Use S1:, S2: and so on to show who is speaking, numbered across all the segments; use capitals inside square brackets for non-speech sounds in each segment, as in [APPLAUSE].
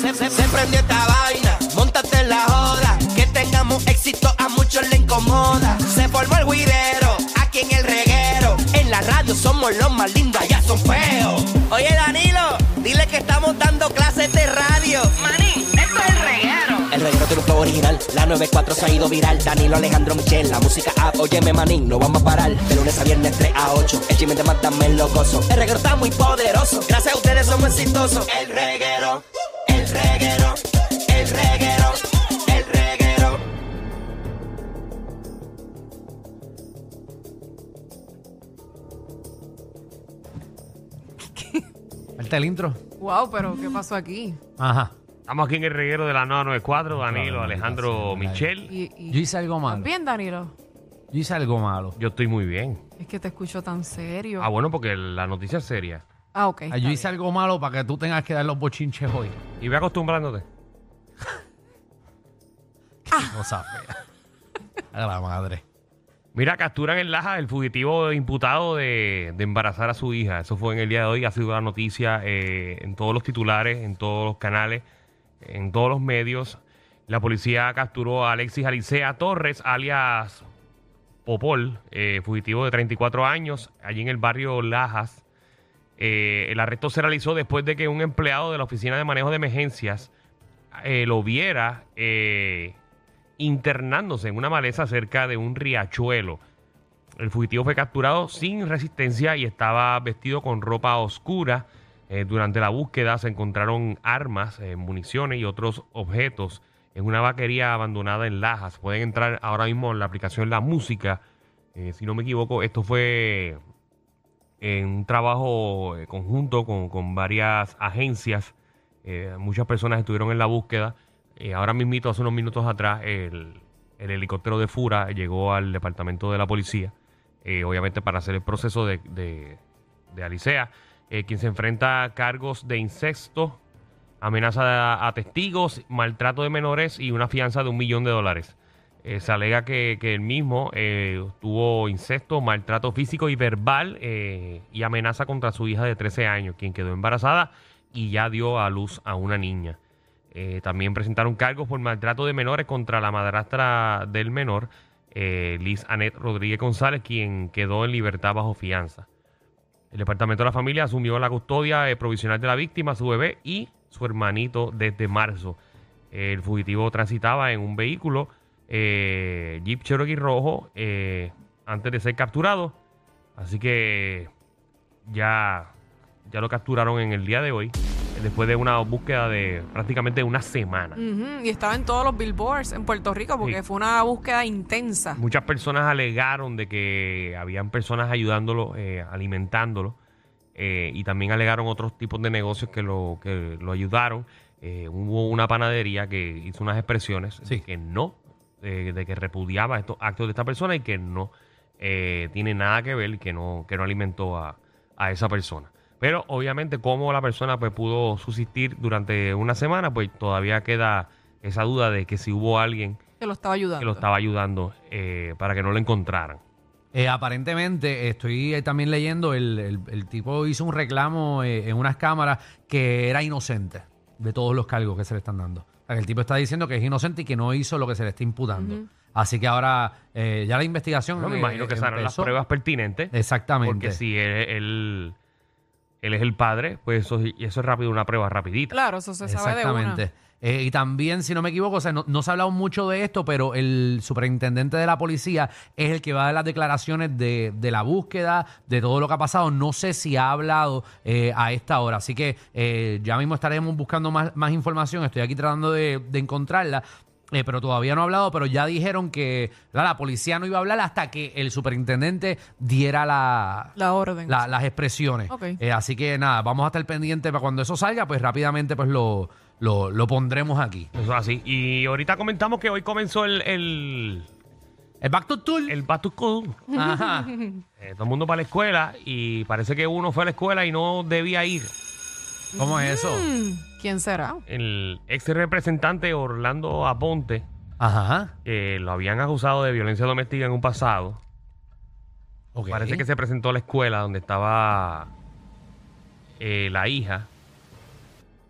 S1: se, se, se prendió esta vaina, montate en la joda. Que tengamos éxito a muchos le incomoda. Se formó el guirero, aquí en el reguero. En la radio somos los más lindos, ya son feos. Oye Danilo, dile que estamos dando clases de radio.
S2: Maní, esto es el reguero.
S1: El reguero tiene un flow original, la 94 se ha ido viral. Danilo Alejandro Michel, la música app, óyeme manín, no vamos a parar. De lunes a viernes 3 a 8, el chisme de Mátame lo gozo. El reguero está muy poderoso, gracias a ustedes somos exitosos. El reguero, el reguero, el reguero, el reguero.
S3: Falta el intro.
S4: Wow, pero ¿qué pasó aquí?
S3: Ajá.
S5: Estamos aquí en el reguero de la 994, Danilo, Alejandro, Michel.
S4: Y, y-
S3: Yo hice algo malo.
S4: Bien, Danilo.
S3: Yo hice algo malo.
S5: Yo estoy muy bien.
S4: Es que te escucho tan serio.
S5: Ah, bueno, porque la noticia es seria.
S4: Ah, ok.
S3: Ah, Yo hice algo malo para que tú tengas que dar los bochinches hoy.
S5: Y ve acostumbrándote.
S3: No sabes. A la madre.
S5: Mira, capturan en Laja el fugitivo imputado de, de embarazar a su hija. Eso fue en el día de hoy. Ha sido la noticia eh, en todos los titulares, en todos los canales, en todos los medios. La policía capturó a Alexis Alicea Torres, alias Popol, eh, fugitivo de 34 años, allí en el barrio Lajas. Eh, el arresto se realizó después de que un empleado de la Oficina de Manejo de Emergencias eh, lo viera eh, internándose en una maleza cerca de un riachuelo. El fugitivo fue capturado sin resistencia y estaba vestido con ropa oscura. Eh, durante la búsqueda se encontraron armas, eh, municiones y otros objetos en una vaquería abandonada en Lajas. Pueden entrar ahora mismo en la aplicación La Música. Eh, si no me equivoco, esto fue en un trabajo eh, conjunto con, con varias agencias. Eh, muchas personas estuvieron en la búsqueda. Eh, ahora mismito, hace unos minutos atrás, el, el helicóptero de Fura llegó al departamento de la policía, eh, obviamente para hacer el proceso de, de- de Alicea, eh, quien se enfrenta a cargos de incesto, amenaza a, a testigos, maltrato de menores y una fianza de un millón de dólares. Eh, se alega que, que el mismo eh, tuvo incesto, maltrato físico y verbal eh, y amenaza contra su hija de 13 años, quien quedó embarazada y ya dio a luz a una niña. Eh, también presentaron cargos por maltrato de menores contra la madrastra del menor, eh, Liz Anet Rodríguez González, quien quedó en libertad bajo fianza. El Departamento de la Familia asumió la custodia eh, provisional de la víctima, su bebé y su hermanito desde marzo. El fugitivo transitaba en un vehículo eh, Jeep Cherokee rojo eh, antes de ser capturado. Así que ya, ya lo capturaron en el día de hoy, eh, después de una búsqueda de prácticamente una semana.
S4: Ujú, Y estaba en todos los billboards en Puerto Rico porque
S5: Sí.
S4: fue una búsqueda intensa.
S5: Muchas personas alegaron de que habían personas ayudándolo, eh, alimentándolo, eh, y también alegaron otros tipos de negocios que lo, que lo ayudaron. Eh, hubo una panadería que hizo unas expresiones
S3: Sí.
S5: de que no, eh, de que repudiaba estos actos de esta persona y que no eh, tiene nada que ver, que no, que no alimentó a, a esa persona. Pero obviamente cómo la persona pues, pudo subsistir durante una semana, pues todavía queda esa duda de que si hubo alguien
S4: Que lo estaba ayudando.
S5: que lo estaba ayudando eh, para que no lo encontraran.
S3: Eh, aparentemente, estoy eh, también leyendo, el, el- el tipo hizo un reclamo eh, en unas cámaras que era inocente de todos los cargos que se le están dando. O sea, que el tipo está diciendo que es inocente y que no hizo lo que se le está imputando. Así que ahora eh, ya la investigación...
S5: No me
S3: eh,
S5: imagino que serán las
S3: empezó.
S5: pruebas pertinentes.
S3: Exactamente.
S5: Porque si él, él- él es el padre, pues eso, y eso es rápido, una prueba rapidita.
S4: Claro, eso se sabe de una.
S3: Exactamente. Eh, y también, si no me equivoco, o sea, no, no se ha hablado mucho de esto, pero el superintendente de la policía es el que va a dar las declaraciones de, de la búsqueda, de todo lo que ha pasado. No sé si ha hablado eh, a esta hora. Así que eh, ya mismo estaremos buscando más, más información. Estoy aquí tratando de, de encontrarla. eh, pero todavía no ha hablado, pero ya dijeron que ¿verdad? la policía no iba a hablar hasta que el superintendente diera la,
S4: La orden.
S3: la- las expresiones.
S4: Ok.
S3: Eh, así que nada, vamos a estar pendiente para cuando eso salga, pues rápidamente pues lo, lo, lo pondremos aquí.
S5: Eso es así. Y ahorita comentamos que hoy comenzó el, el,
S3: El Back to Tool.
S5: el Back to School.
S3: Ajá.
S5: Eh, todo el mundo para la escuela y parece que uno fue a la escuela y no debía ir.
S3: ¿Cómo es eso?
S4: Mm, ¿Quién será?
S5: El ex representante Orlando Aponte,
S3: Ajá.
S5: eh, lo habían acusado de violencia doméstica en un pasado.
S3: ok.
S5: Parece que se presentó a la escuela donde estaba eh, la hija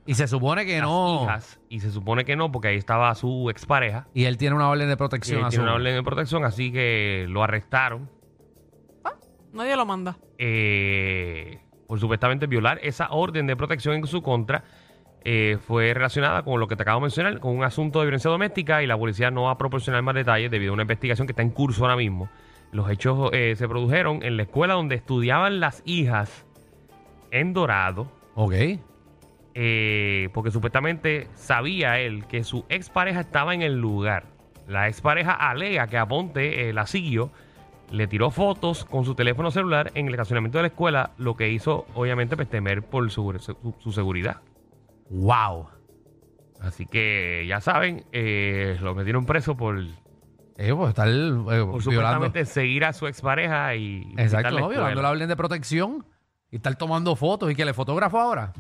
S3: Y se supone que
S5: las
S3: no.
S5: hijas, y se supone que no, porque ahí estaba su expareja.
S3: Y él tiene una orden de
S5: que
S3: protección.
S5: tiene
S3: asumo.
S5: una orden de protección, así que lo arrestaron
S4: Nadie lo manda.
S5: eh, por supuestamente violar esa orden de protección en su contra. eh, fue relacionada con lo que te acabo de mencionar, con un asunto de violencia doméstica y la policía no va a proporcionar más detalles debido a una investigación que está en curso ahora mismo. Los hechos eh, se produjeron en la escuela donde estudiaban las hijas en Dorado.
S3: Ok.
S5: eh, porque supuestamente sabía él que su expareja estaba en el lugar. La expareja alega que Aponte eh, la siguió, le tiró fotos con su teléfono celular en el estacionamiento de la escuela, lo que hizo obviamente pues, temer por su, su- su seguridad.
S3: Wow.
S5: Así que ya saben, eh, lo metieron preso por,
S3: Eh, pues estar eh,
S5: por
S3: violando.
S5: supuestamente seguir a su expareja y...
S3: Exacto,
S5: visitar la
S3: ¿no? violando
S5: escuela.
S3: la orden de protección y estar tomando fotos y que le fotógrafo ahora.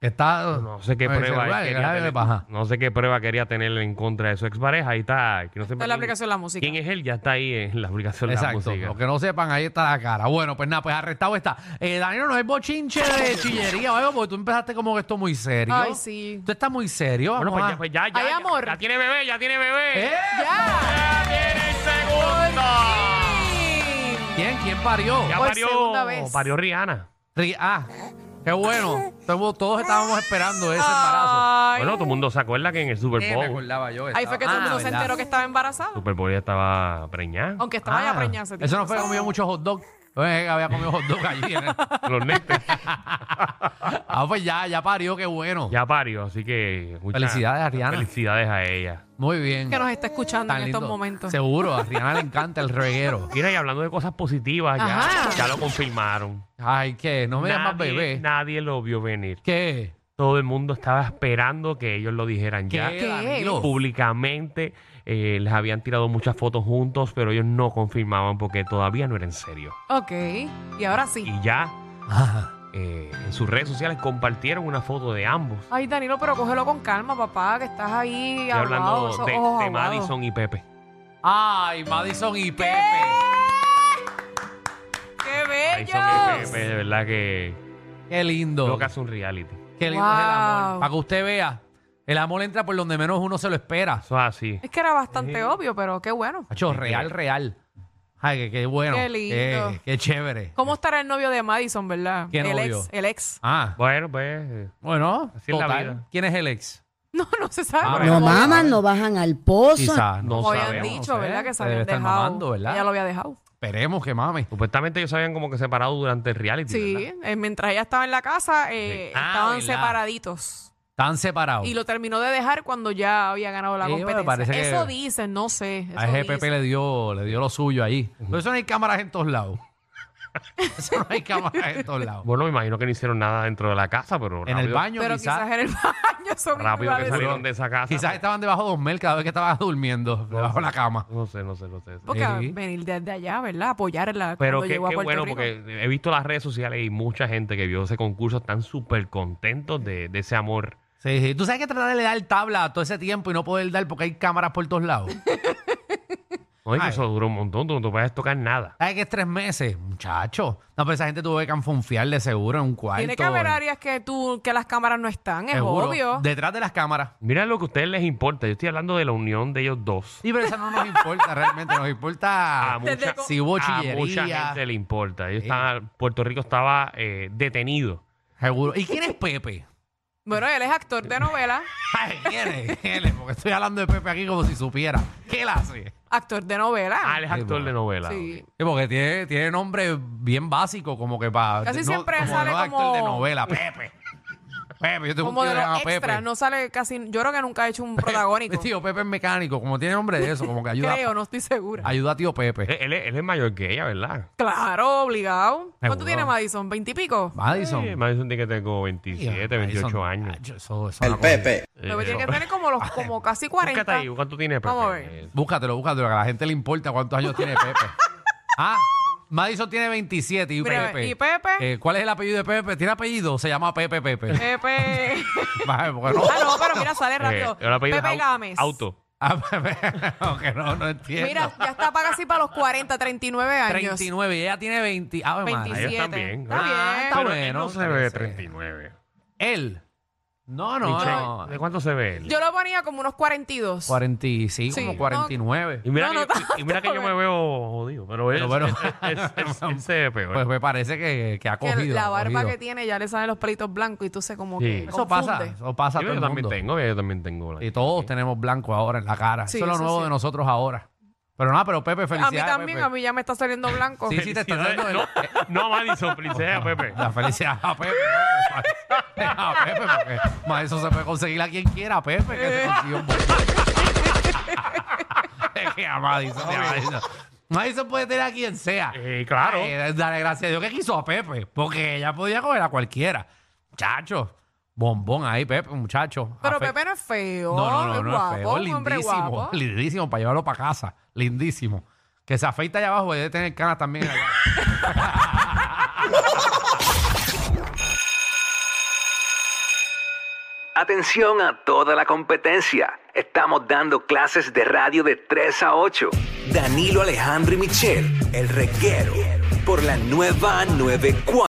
S3: Que Está.
S5: No sé qué
S3: con el
S5: prueba
S3: celular,
S5: él
S3: que
S5: quería
S3: ya le
S5: tener-
S3: baja.
S5: No sé qué prueba quería tener en contra de su expareja. Ahí está. que no
S4: Esta
S5: sepa
S4: es la
S5: quién-
S4: aplicación de la música.
S5: ¿Quién es él? Ya está ahí en la aplicación de la
S3: Exacto.
S5: música.
S3: Los que no sepan, ahí está la cara. Bueno, pues nada, pues arrestado está. Eh, Danilo, no es bochinche
S4: [LAUGHS]
S3: de chillería o algo, porque tú empezaste como que esto muy serio.
S4: Ay, sí.
S3: Tú estás muy serio.
S5: Bueno,
S3: vamos
S5: pues
S3: a-
S5: ya, pues ya, ya,
S4: Ay,
S5: ya,
S4: amor.
S5: ya tiene bebé, ya tiene bebé.
S3: ¡Eh!
S4: ¡Ya!
S5: ¡Ya tiene el segundo!
S3: ¿Quién? ¿Quién parió?
S5: Ya
S4: Por segunda
S5: parió,
S4: vez.
S5: parió Rihanna.
S3: Ri- Ah, qué bueno. Todos, todos estábamos esperando ese embarazo.
S4: Ay.
S5: Bueno, todo el mundo se acuerda que en el Super
S3: Eh, me
S5: Bowl,
S3: acordaba yo.
S4: Ah, Ahí fue que todo
S3: estaba-
S4: el mundo
S3: Ah,
S4: se
S3: ¿verdad?
S4: enteró que estaba embarazada.
S5: Super Bowl ya estaba preñada.
S4: Aunque estaba ya
S3: Ah,
S4: preñada hace tiempo.
S3: Eso no fue que comió mucho hot dog. No es que había comido hot dog allí.
S4: [LAUGHS]
S3: en el-
S5: Los Nets
S3: Ah, pues ya, ya parió, qué bueno.
S5: ya parió, así que. muchas-
S3: Felicidades a Rihanna.
S5: Felicidades a ella.
S3: Muy bien.
S4: Que nos está escuchando
S3: Tan
S4: en
S3: lindo.
S4: estos momentos.
S3: Seguro, a Rihanna le encanta el reguero.
S5: Mira, y hablando de cosas positivas, ya,
S4: Ajá.
S5: ya lo confirmaron.
S3: Ay, ¿qué? No me
S5: nadie,
S3: llamas bebé.
S5: nadie lo vio venir.
S3: ¿Qué?
S5: Todo el mundo estaba esperando que ellos lo dijeran
S3: ¿Qué,
S5: ya.
S4: ¿Qué?
S3: Danilo?
S5: Públicamente eh, les habían tirado muchas fotos juntos, pero ellos no confirmaban porque todavía no era en serio.
S4: Ok. Y ahora sí.
S5: Y ya
S3: Ah,
S5: eh, en sus redes sociales compartieron una foto de ambos.
S4: Ay, Danilo, pero cógelo con calma, papá, que estás ahí
S5: Estoy hablando
S4: aguado, esos
S5: de,
S4: ojos
S5: de
S4: aguados.
S5: Madison y Pepe.
S3: [LAUGHS] Ay, Madison y Pepe.
S4: ¡Qué
S5: Madison y
S4: bello!
S5: Pepe, de verdad que
S3: Qué lindo.
S5: lo que hace un reality.
S3: Qué lindo es el amor.
S4: Wow.
S3: Para que usted vea, el amor entra por donde menos uno se lo espera.
S5: Eso es así.
S4: Es que era bastante obvio, pero qué bueno.
S3: Hacho, real, real. Ay, qué, qué bueno.
S4: Qué lindo.
S3: Qué, qué chévere.
S4: ¿Cómo estará el novio de Madison, verdad?
S3: ¿Qué
S4: el
S3: novio?
S4: ex, el ex. [LAUGHS]
S3: Ah,
S5: Bueno, pues eh,
S3: bueno,
S5: Así es la
S3: total.
S5: vida.
S3: ¿Quién es el ex?
S4: No, no se sabe.
S5: Ah,
S4: por
S5: no
S6: No
S4: favor.
S6: maman, no bajan al pozo.
S3: Quizás, no
S5: no
S4: Como habían
S5: sabemos,
S4: dicho,
S3: no sé,
S4: ¿verdad? Que se
S3: debe
S4: habían
S3: estar
S4: dejado.
S3: mamando, ¿verdad?
S4: Ella lo había dejado.
S3: Esperemos que mame.
S5: supuestamente ellos se habían como que separado durante el reality. ¿verdad?
S4: Sí, eh, mientras ella estaba en la casa, eh,
S3: Sí. Ah,
S4: estaban
S3: ¿verdad?
S4: separaditos.
S3: Están separados.
S4: Y lo terminó de dejar cuando ya había ganado la
S3: Sí, bueno,
S4: competencia.
S3: parece que-
S4: eso dicen, no sé. Eso
S3: A ese Pepe
S4: dicen.
S3: le dio, le dio lo suyo ahí. Por eso no hay cámaras en todos lados. [LAUGHS] Eso no hay cámaras en todos lados.
S5: Bueno, me imagino que no hicieron nada dentro de la casa, pero
S3: En el
S5: rápido-
S3: baño
S4: Pero
S3: quizás.
S4: quizás en el [LAUGHS] baño son
S5: Rápido que
S4: iguales.
S5: salieron de esa casa.
S3: Quizás estaban debajo de Osmel cada vez que estaban [LAUGHS] durmiendo, debajo de la cama.
S5: No sé, no sé, no sé.
S4: Porque
S3: Sí.
S4: venir desde allá, ¿verdad? Apoyarla
S5: Pero
S4: cuando
S5: qué,
S4: llegó a
S5: qué
S4: Puerto
S5: bueno,
S4: Rico.
S5: porque he visto las redes sociales y mucha gente que vio ese concurso están súper contentos de, de ese amor.
S3: Sí, sí. Tú sabes que tratar de dar tabla todo ese tiempo y no poder dar porque hay cámaras por todos
S4: [LAUGHS]
S3: lados.
S5: No, y que
S3: Ay.
S5: eso duró un montón, tú no te puedes tocar nada.
S3: ¿Sabes que es tres meses? Muchacho. No, pero esa gente tuvo que canfonfiar de seguro en un cuarto.
S4: Tiene que haber áreas que tú, que las cámaras no están, es
S3: Seguro.
S4: obvio.
S3: Detrás de las cámaras.
S5: Mira lo que a ustedes les importa. Yo estoy hablando de la unión de ellos dos.
S3: Sí, ah. pero eso no nos importa realmente. Nos [LAUGHS] importa
S5: mucha,
S3: si hubo
S5: a
S3: chillería.
S5: mucha gente le importa. Ellos
S3: Sí.
S5: estaban- Puerto Rico estaba eh, detenido.
S3: Seguro. ¿Y quién es Pepe?
S4: Bueno, él es actor de novela,
S3: Ay, ¿quién es? ¿Quién es? Porque estoy hablando de Pepe aquí como si supiera. ¿Qué él hace? Sí,
S4: actor de novela.
S5: Ah, él es actor de novela.
S4: sí.
S3: porque tiene, tiene nombre bien básico, como que para.
S4: Casi siempre sale
S3: no actor
S4: como-
S3: de novela. Pepe. Pepe, yo tengo
S4: Como
S3: un
S4: de
S3: tío que se llama
S4: los extras,
S3: Pepe. Este
S4: no sale casi, yo creo que nunca ha hecho
S5: [LAUGHS]
S4: un protagónico.
S3: Tío, Pepe es mecánico, como tiene nombre de eso, como que ayuda,
S4: creo, no estoy segura.
S3: ayuda a tío Pepe.
S5: Él, él es- él es mayor que ella, ¿verdad?
S4: Claro, obligado.
S3: Seguro.
S4: ¿Cuánto tiene Madison? ¿Veintipico?
S3: Madison.
S5: Sí, Madison tiene que tengo 27, 28 años.
S3: El Pepe.
S4: Lo que tiene que
S5: Eh,
S4: tener como los, como casi 40.
S5: búscate ahí, ¿cuánto tiene?
S4: Vamos a ver.
S5: Eh,
S3: Búscatelo, búscatelo, que a la gente le importa cuántos años tiene
S4: [LAUGHS]
S3: Pepe. Ah, Madison tiene 27 y
S4: Mira,
S3: Pepe.
S4: ¿y Pepe?
S3: Eh, ¿Cuál es el apellido de Pepe? ¿Tiene apellido? Se llama Pepe
S4: [LAUGHS]
S3: Pepe.
S4: Pepe.
S3: Vale, porque no-
S4: ah, no, pero mira, sale rápido.
S5: eh, el apellido es
S4: Pepe
S5: Au-
S4: Gámez.
S5: Auto.
S3: Ah, [LAUGHS] Pepe, que no, no entiendo.
S4: Mira, ya está para casi para los 40, 39 años.
S3: 39 y ella tiene 20. Ah, madre.
S5: Ellos
S4: 27.
S5: también.
S4: Está
S3: Ah,
S4: bien.
S3: está
S5: Pero
S3: bueno,
S5: él no se ve de
S3: parece.
S5: 39.
S3: Él. No, no, no.
S5: ¿De cuánto se ve él?
S4: Yo lo ponía como unos 42.
S3: 45,
S4: Sí,
S3: como
S4: no.
S3: 49.
S5: Y mira,
S4: No,
S5: que,
S4: no tanto,
S5: y mira que yo me
S4: pero-
S5: veo jodido, pero él,
S3: Pero
S5: [LAUGHS]
S3: bueno.
S5: él- él- él- él se ve peor.
S3: Pues me parece que, que ha
S4: Que
S3: cogido. ha
S4: la barba
S3: cogido.
S4: que tiene ya le salen los pelitos blancos y tú se como
S5: Sí.
S4: que
S3: Eso pasa,
S4: confunde.
S3: eso pasa a
S5: Sí,
S3: todo el
S5: yo también
S3: mundo.
S5: tengo, yo también tengo.
S3: Y todos tenemos blanco ahora en la cara.
S4: Sí,
S3: eso es lo
S4: eso
S3: nuevo
S4: sí.
S3: de nosotros ahora. Pero nada, pero Pepe,
S4: A
S3: felicidades.
S4: mí también,
S3: Pepe.
S4: a mí ya me está saliendo blanco.
S3: Sí, sí, te está
S5: Felicidades.
S3: dando el...
S5: [LAUGHS] No, Madison,
S3: [LAUGHS]
S5: princesa, Pepe.
S3: La felicidad a Pepe. ¿no? A Pepe, porque más eso se puede conseguir a quien quiera, a Pepe, que se consigue un buen. [LAUGHS] Es que a Madison, a Madison. Madison puede tener a quien sea.
S5: Eh, claro.
S3: Ay, dale gracias a Dios que quiso a Pepe, porque ella podía coger a cualquiera. Chacho, bombón ahí, Pepe, muchacho.
S4: Pero
S3: Afe-
S4: Pepe no es feo.
S3: no, no, no,
S4: es
S3: no,
S4: guapo,
S3: es feo,
S4: un hombre
S3: lindísimo,
S4: guapo.
S3: lindísimo, para llevarlo para casa, lindísimo. Que se afeita allá abajo, debe tener canas también allá.
S7: Atención a toda la competencia. Estamos dando clases de radio de 3 a 8. Danilo Alejandro y Michel, el reguero, por la nueva 94.